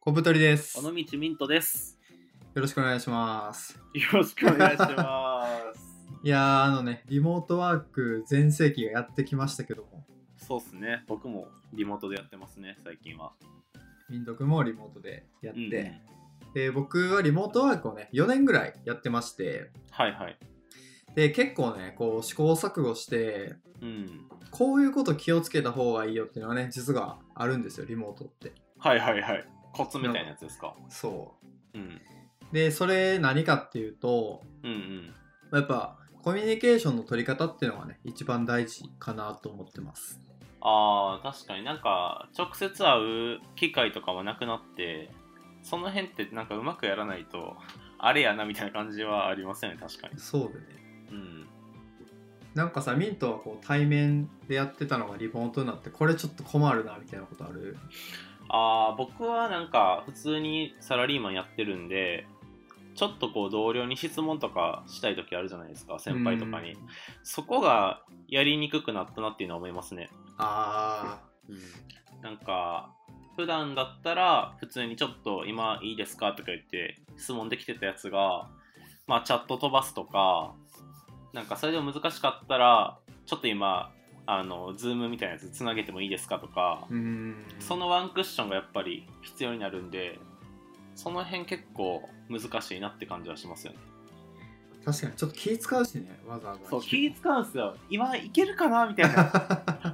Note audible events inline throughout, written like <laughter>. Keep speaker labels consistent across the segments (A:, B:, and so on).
A: 小太りです。
B: 尾
A: よ
B: 道ミントです。
A: ろしくお願いします。
B: よろしくお願いします。
A: いやー、あのね、リモートワーク全盛期がやってきましたけども、
B: <laughs> そうっすね。僕もリモートでやってますね、最近は。
A: 民族もリモートでやっ
B: うん
A: て、で、僕はリモートワークをね、4年ぐらいやってまして、
B: はいはい。
A: で、結構ね、こう試行錯誤して、
B: うん。
A: こういうこと気をつけた方がいいよっていうのはね、実があるんですよ、リモートって。
B: はいはいはい。コツみたいなやつですか。
A: そ
B: うん。
A: う。で、それ何かっていうと、
B: うんうん。
A: やっぱ、コミュニケーションの取り方っていうのがね、一番大事かなと思ってます。
B: ああ、確かになんか、直接会う機会とかはなくなって、その辺ってなんかうまくやらないと、あれやなみたいな感じはありますよね、確かに。
A: そうでね。
B: うん。
A: なんかさミントはこう対面でやってたのがリモートになってこれちょっと困るなみたいなことある
B: あー僕はなんか普通にサラリーマンやってるんでちょっとこう同僚に質問とかしたい時あるじゃないですか先輩とかに、
A: うん
B: そこがやりにくくなったなっていうのは思いますね、
A: あ
B: なんか普段だったら普通にちょっと今いいですかとか言って質問できてたやつがまあチャット飛ばすとかなんかそれでも難しかったらちょっと今あのズームみたいなやつつなげてもいいですかとか
A: ーうん
B: そのワンクッションがやっぱり必要になるんで、その辺結構難しいなって感じはしますよね。
A: 確かにちょっと気使うしねわざわざ
B: <laughs> そう、気使うんすよ。今いけるかなみたいな。 <laughs>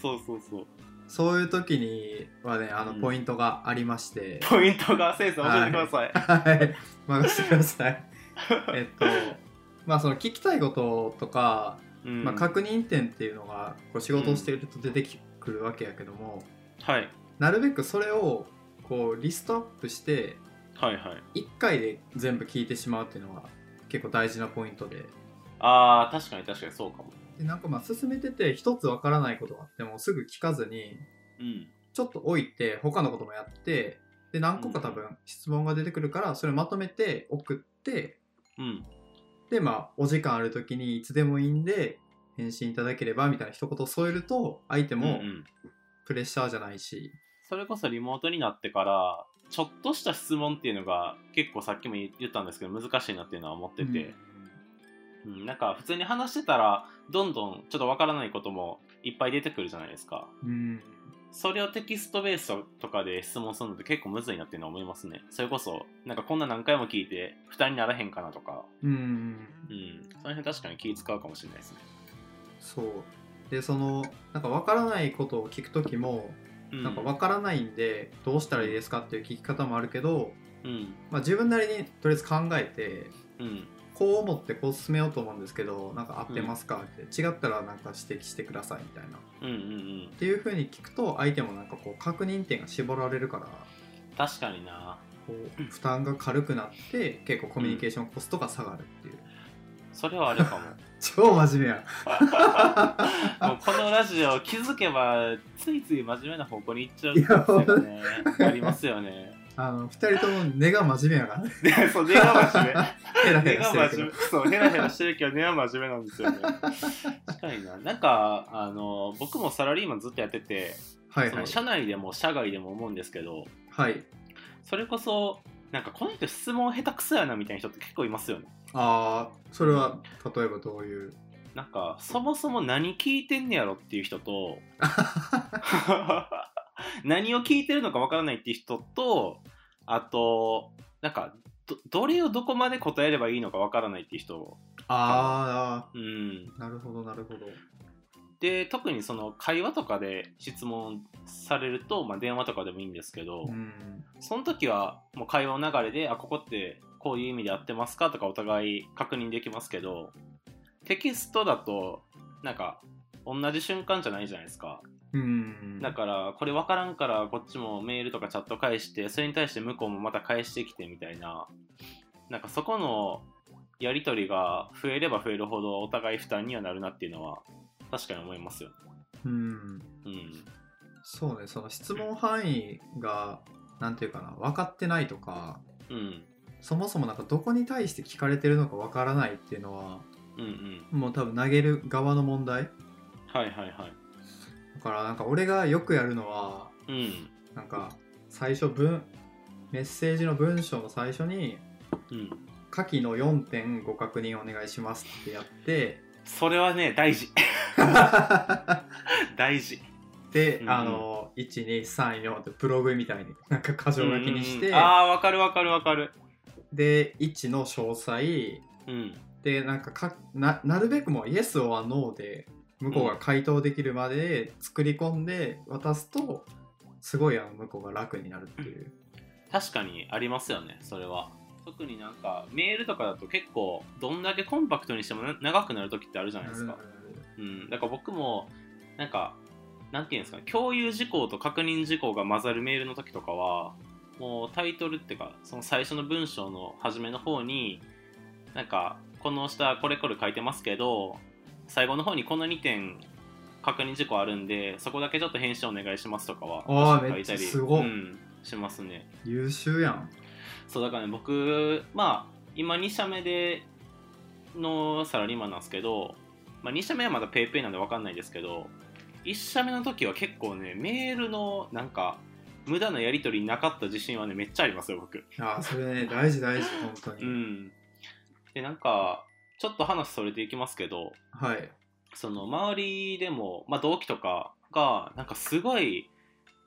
B: そうそうそう。
A: そういう時にはねあの
B: うん
A: ポイントがありま
B: <laughs>
A: して、
B: ポイントが、せいさん教えてください。
A: はい任せてくださいえっとまあその聞きたいこととか、
B: うん
A: まあ、確認点っていうのがこう仕事をしていると出てくるわけやけども、
B: はい。
A: なるべくそれをこうリストアップして
B: はいはい。
A: 1回で全部聞いてしまうっていうのが結構大事なポイントで
B: あー、確かに確かにそうかも。
A: でなんかまあ進めてて一つわからないことがあってもすぐ聞かずに
B: うん。
A: ちょっと置いて他のこともやってで何個か多分質問が出てくるからそれまとめて送って
B: うん。
A: でまあお時間ある時にいつでもいいんで返信いただければみたいな一言添えると相手
B: うん
A: も
B: うん
A: プレッシャーじゃないし、
B: それこそリモートになってから、ちょっとした質問っていうのが結構さっきも言ったんですけど難しいなっていうのは思ってて、うん、なんか普通に話してたらどんどんちょっとわからないこともいっぱい出てくるじゃないですか
A: うん、うん
B: それをテキストベースとかで質問するのって結構むずいなっていうのは思いますねそれこそなんかこんな何回も聞いて負担にならへんかなとか
A: うん、
B: うんその辺確かに気使うかもしれないですね
A: そうでそのなんかわからないことを聞く時も
B: うん
A: なんか分からないんでどうしたらいいですかっていう聞き方もあるけど、
B: うん
A: まあ、自分なりにとりあえず考えて
B: うん
A: こう思ってこう進めようと思うんですけどなんか合ってますかって、違ったらなんか指摘してくださいみたいなっ
B: うんうんうん
A: ていう風に聞くと相手もなんかこう確認点が絞られるから
B: 確かにな
A: こう負担が軽くなって結構コミュニケーションコストが下がるっていう、
B: それはあれかも
A: 超真面目や
B: もうこのラジオ気づけばついつい真面目な方向に行っちゃう
A: いや
B: 癖がねありますよね
A: あの2人とも根が真面目やからね
B: でそう根が真面目
A: ヘラ
B: <laughs> 根
A: ヘラ
B: が
A: してるけど
B: 真面目そうヘラヘラしてるけど根は真面目なんですよね確かにななんかあの僕もサラリーマンずっとやってて、
A: はい
B: そ
A: は
B: の
A: い
B: 社内でも社外でも思うんですけど
A: はい
B: それこそなんかこの人質問下手くそやなみたいな人って結構いますよね
A: ああそれは例えばどういう
B: なんかそもそも何聞いてんねやろっていう人と何を聞いてるのかわからないっていう人とあとなんかどどれをどこまで答えればいいのかわからないっていう人
A: あ
B: うん
A: あなるほどなるほど
B: で特にその会話とかで質問されると、まあ、電話とかでもいいんですけど、
A: うん
B: その時はもう会話の流れで「あここってこういう意味で合ってますか?」とかお互い確認できますけどテキストだとなんか同じ瞬間じゃないじゃないですか
A: うん
B: だからこれ分からんからこっちもメールとかチャット返してそれに対して向こうもまた返してきてみたいななんかそこのやり取りが増えれば増えるほどお互い負担にはなるなっていうのは確かに思いますよね
A: うん
B: うん
A: そうねその質問範囲がなんていうかな分かってないとか
B: うん
A: そもそもなんかどこに対して聞かれてるのか分からないっていうのは
B: うんうん
A: もう多分投げる側の問題
B: はいはいはい
A: だからなんか俺がよくやるのは
B: うん
A: なんか最初文メッセージの文章の最初に
B: うん。
A: 「下記の4点ご確認お願いします」ってやって
B: それはね、大事。大事。
A: で、
B: うん
A: あの1234ってブログみたいになんか箇条書きにして、
B: うんああ、わかるわかるわかる。
A: で1の詳細
B: うん。
A: でなんかかななるべくもうイエスはノーで向こうが回答できるまで作り込んで渡すとすごいあの向こうが楽になるっていう。
B: 確かにありますよね、それは。特になんか、メールとかだと結構、どんだけコンパクトにしてもな長くなる時ってあるじゃないですか。うん。だから僕も、なんか、なんていうんですかね、共有事項と確認事項が混ざるメールの時とかは、もうタイトルっていうか、その最初の文章の初めの方に、なんか、この下これこれ書いてますけど、最後の方にこの2点確認事項あるんで、そこだけちょっと返信お願いしますとかは、
A: あー
B: 確か書いたり
A: めっちゃすごい
B: うん、しますね。
A: 優秀やん。
B: そうだからね僕まあ今2社目でのサラリーマンなんですけど、まあ、2社目はまだ PayPay ペイペイなんで分かんないですけど1社目の時は結構ねメールのなんか無駄なやり取りなかった自信はねめっちゃありますよ僕
A: あーそれね大事大事本当
B: う
A: に。
B: んでなんかちょっと話それていきますけど
A: はい。
B: その周りでも、まあ、同期とかがなんかすごい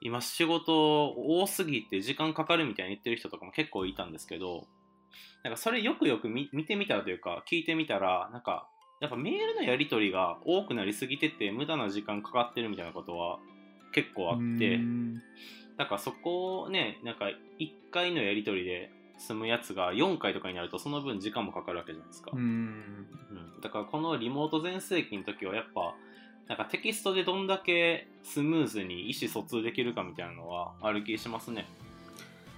B: 今仕事多すぎて時間かかるみたいに言ってる人とかも結構いたんですけどなんかそれよくよく見見てみたらというか聞いてみたらなんかやっぱメールのやり取りが多くなりすぎてて無駄な時間かかってるみたいなことは結構あって
A: うん
B: なんかそこをねなんか1回のやり取りで済むやつが4回とかになるとその分時間もかかるわけじゃないですか。
A: うん
B: うん、だからこのリモート全盛期の時はやっぱなんかテキストでどんだけスムーズに意思疎通できるかみたいなのはある気しますね。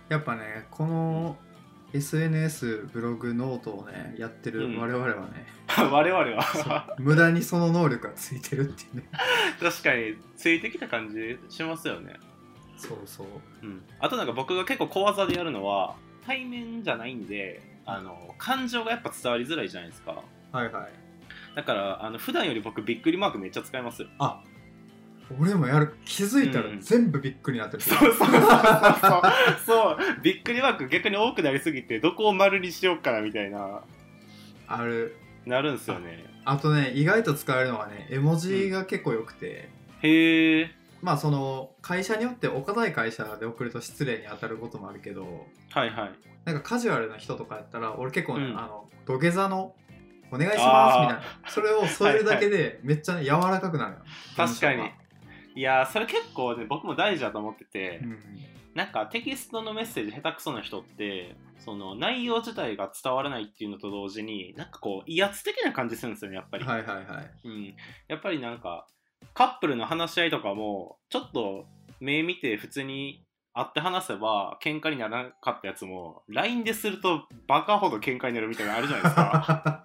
A: やっぱねこの SNS ブログノートをねやって
B: うん
A: る我々はね、
B: <laughs> 我々は
A: 無駄にその能力がついてるっていうね。
B: <laughs> 確かについてきた感じしますよね。
A: そうそう。
B: うん、あとなんか僕が結構小技でやるのは対面じゃないんであの感情がやっぱ伝わりづらいじゃないですか。
A: はいはい。
B: だからあの普段より僕びっくりマークめっちゃ使いますよ。
A: 俺もやる気づいたら
B: うん
A: 全部びっくりになってる。
B: <laughs> そう <laughs> そうそうそうそうびっくりマーク逆に多くなりすぎてどこを丸にしようかなみたいな
A: ある。
B: なるんですよね。
A: あとね意外と使えるのはね絵文字が結構良くて、
B: へえ。
A: まあその会社によってお堅い会社で送ると失礼に当たることもあるけど
B: はいはい。
A: なんかカジュアルな人とかやったら俺結構ね、
B: うん
A: あの土下座の「お願いします」みたい
B: あ
A: なそれを添えるだけでめっちゃ、ね、柔らかくなるよ
B: 確かに
A: 文章が。
B: いやー、それ結構ね、僕も大事だと思ってて、
A: うん
B: なんかテキストのメッセージ下手くそな人って、その内容自体が伝わらないっていうのと同時に、なんかこう、威圧的な感じするんですよね、やっぱり。
A: はいはいはい
B: うん。やっぱりなんか、カップルの話し合いとかも、ちょっと目見て普通に会って話せば、喧嘩にならなかったやつも、LINE でするとバカほど喧嘩になるみたいなのあるじゃないですか。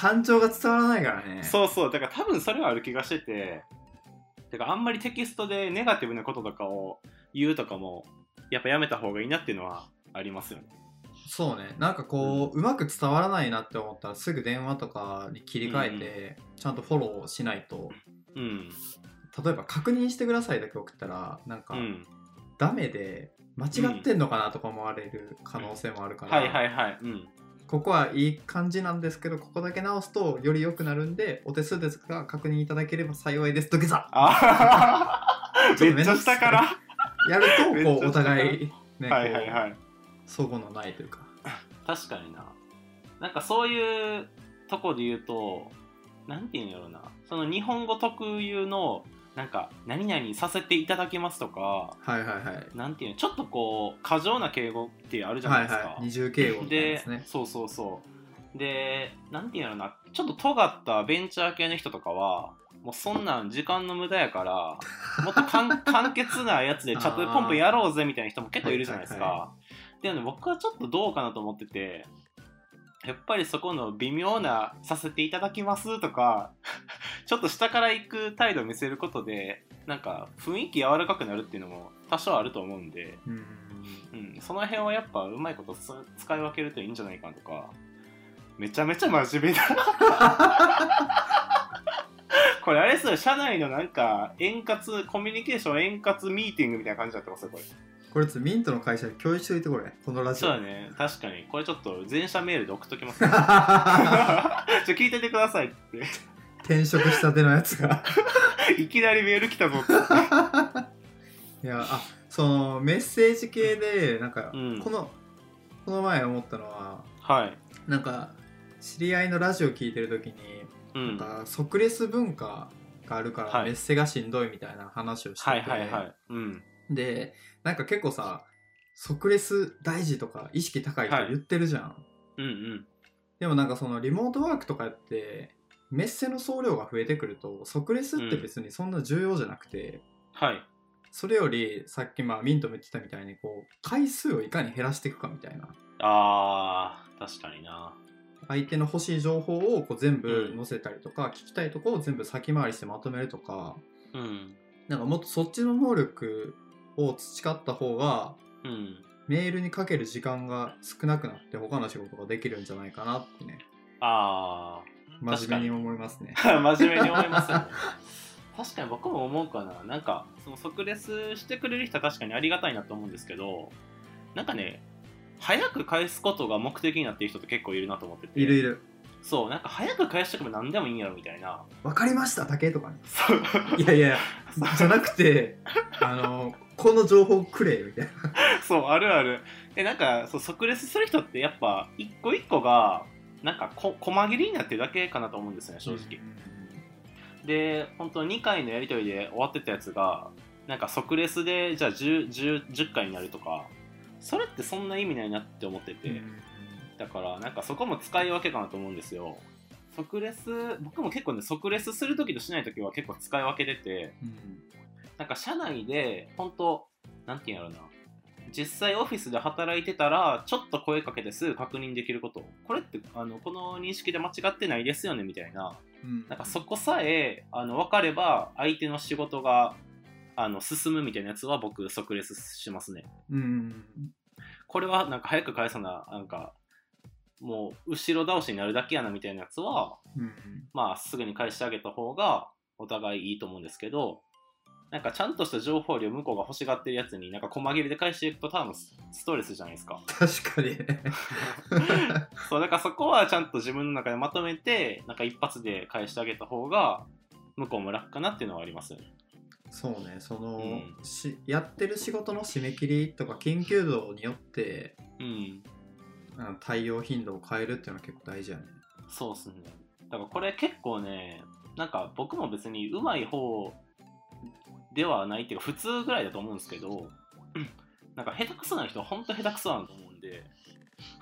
A: 感情が伝わらないからね
B: そうそうだから多分それはある気がしてててかあんまりテキストでネガティブなこととかを言うとかもやっぱやめた方がいいなっていうのはありますよね
A: そうねなんかこう、うまく伝わらないなって思ったらすぐ電話とかに切り替えて、ちゃんとフォローしないと
B: うん
A: 例えば「確認してください」だけ送ったらなん
B: う
A: か
B: ん
A: ダメで間違ってんのかなとか思われる可能性もあるから、
B: はいはいはいうん
A: ここはいい感じなんですけどここだけ直すとより良くなるんでお手数ですが確認いただければ幸いです土下座
B: あ <laughs>
A: ちょ
B: め
A: っと面倒くさい
B: っちゃ下から
A: <laughs>
B: は
A: やる
B: <laughs> めっ
A: とこ
B: ち
A: う
B: ゃ
A: お互いね
B: い
A: こ
B: はいは
A: う
B: い
A: 相互のないというか
B: 確かにななんかそういうとこで言うとなんて言うんやろうなその日本語特有のなんか何々させていただきますとか
A: はいはいはい
B: なんていうのちょっとこう過剰な敬語ってあるじゃな
A: はいい
B: ですか、
A: はい二重敬語みたいなや
B: で
A: つね
B: そうそうそうでなんていうのなちょっと尖ったベンチャー系の人とかはもうそんなん時間の無駄やからもっと
A: <laughs>
B: かん簡潔なやつでチャットでポンポンやろうぜみたいな人も結構いるじゃないですか、
A: はいはい
B: でもね僕はちょっとどうかなと思っててやっぱりそこの微妙な「させていただきます」とか <laughs> ちょっと下から行く態度を見せることでなんか雰囲気柔らかくなるっていうのも多少あると思うんで
A: うん
B: うん、その辺はやっぱうまいことつ使い分けるといいんじゃないかなとかめちゃめちゃ真面目だ <laughs> これあれですよ社内のなんか円滑コミュニケーション円滑ミーティングみたいな感じになってますよこれ
A: これちょっとミントの会社に共有しといてこれこのラジオ
B: そうだね確かにこれちょっと全社メールで送っときま
A: <laughs>
B: す、ね、ちょ聞いててくださいって
A: 転職したてのやつが
B: いきなりメール来たぞって
A: いやあそのメッセージ系でなんか、
B: うん
A: このこの前思ったのは
B: はい
A: なんか知り合いのラジオ聞いてる時に、
B: うん
A: なんか即レス文化があるから、
B: はい
A: メッセがしんどいみたいな話をしてて、
B: はいはいはいうん
A: でなんか結構さ即レス大事とか意識高いとか言ってるじゃん、
B: うんうん
A: でもなんかそのリモートワークとかやってメッセの総量が増えてくると即レスって別にそんな重要じゃなくて、
B: はい
A: それよりさっきまあミントも言ってたみたいにこう回数をいかに減らしていくかみたいな
B: あー確かにな
A: 相手の欲しい情報をこう全部
B: うん
A: 載せたりとか、聞きたいとこを全部先回りしてまとめるとか
B: うん
A: なんかもっとそっちの能力を培った方が
B: うん
A: メールにかける時間が少なくなって他の仕事ができるんじゃないかなってね
B: あー
A: 真面目に思いますね
B: <laughs> 真面目に思
A: <laughs>
B: いますよね確かに僕も思うかななんかその即レスしてくれる人は確かにありがたいなと思うんですけどなんかね早く返すことが目的になっている人って結構いるなと思ってて
A: いるいる
B: そうなんか早く返しとけば何でもいいんやろみたいな <laughs>
A: 分かりましただけとかね
B: そう
A: いやいやじゃなくてあのこの情報くれよみたいな
B: そうあるあるでなんかそう即レスする人ってやっぱ一個一個がなんかこ細切りになってるだけかなと思うんですよね正直、で本当2回のやり取りで終わってたやつがなんか即レスでじゃあ 10, 10, 10回になるとかそれってそんな意味ないなって思ってて、
A: うん
B: だからなんかそこも使い分けかなと思うんですよ即レス僕も結構ね即レスする時としない時は結構使い分けてて
A: うん
B: なんか社内で本当なんて言うんやろな実際オフィスで働いてたらちょっと声かけてすぐ確認できることこれってあのこの認識で間違ってないですよねみたいな
A: うん
B: なんかそこさえあの分かれば相手の仕事があの進むみたいなやつは僕即レスしますね。
A: うん
B: これはなんか早く返さななんかもう後ろ倒しになるだけやなみたいなやつは
A: うん
B: まあすぐに返してあげた方がお互いいいと思うんですけどなんかちゃんとした情報量向こうが欲しがってるやつになんか細切れで返していくと多分スストレスじゃないです <laughs> か。
A: 確かに
B: <laughs>
A: ね
B: そうだからそこはちゃんと自分の中でまとめてなんか一発で返してあげた方が向こうも楽かなっていうのはありますよね。
A: そうねその、
B: う
A: しやってる仕事の締め切りとか緊急度によって
B: うん
A: あの対応頻度を変えるっていうのは結構大事やね
B: そうっすね。だからこれ結構ね、なんか僕も別にうまい方ではないっていうか、普通ぐらいだと思うんですけど、なんか下手くそな人は本当下手くそなんだと思うんで、 <laughs>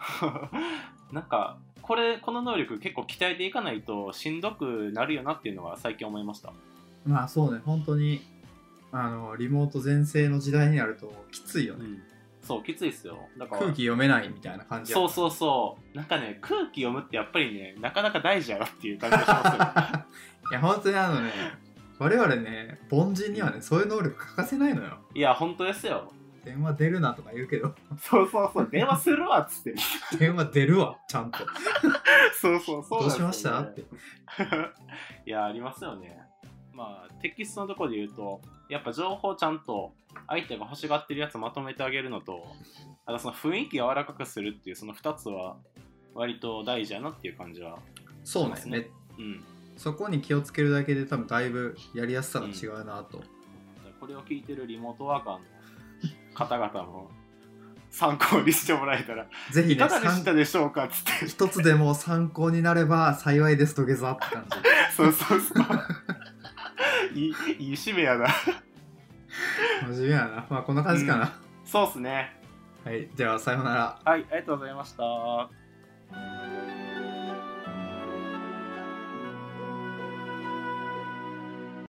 B: なんかこれ、この能力結構鍛えていかないとしんどくなるよなっていうのは最近思いました。
A: まあそうね本当にあのリモート全盛の時代になるときついよ
B: う
A: ね、
B: ん、そう、きついっすよ。だから
A: 空気読めないみたいな感じや
B: そうそうそう。なんかね、空気読むってやっぱりね、なかなか大事やろっていう感じがし <laughs> ますよ。
A: <laughs> いや本当にあのね我々ね凡人にはねそういう能力欠かせないのよ
B: いや、本当ですよ。
A: 電話出るなとか言うけど <laughs>
B: そうそうそう、電話するわっつって。
A: 電話出るわちゃんと
B: そうそうそ
A: ど
B: うなん
A: う
B: です
A: し
B: よね
A: ましたって
B: いやありますよねまあテキストのところで言うとやっぱ情報ちゃんと相手が欲しがってるやつまとめてあげるのとあとその雰囲気柔らかくするっていうその2つは割と大事やなっていう感じは
A: そう
B: そうで
A: ね
B: すねうん
A: そこに気をつけるだけで多分だいぶやりやすさが違うなと、
B: これを聞いてるリモートワーカーの方々も参考にしてもらえたら
A: ぜひ
B: い
A: ね
B: かがでしたでしょうかっつって
A: 参一つでも参考になれば幸いです土下座って感じ
B: そうそうそういいいい締めやな
A: 真面目やなまあこんな感じかな、
B: そうっすね
A: はいではさようなら
B: はいありがとうございました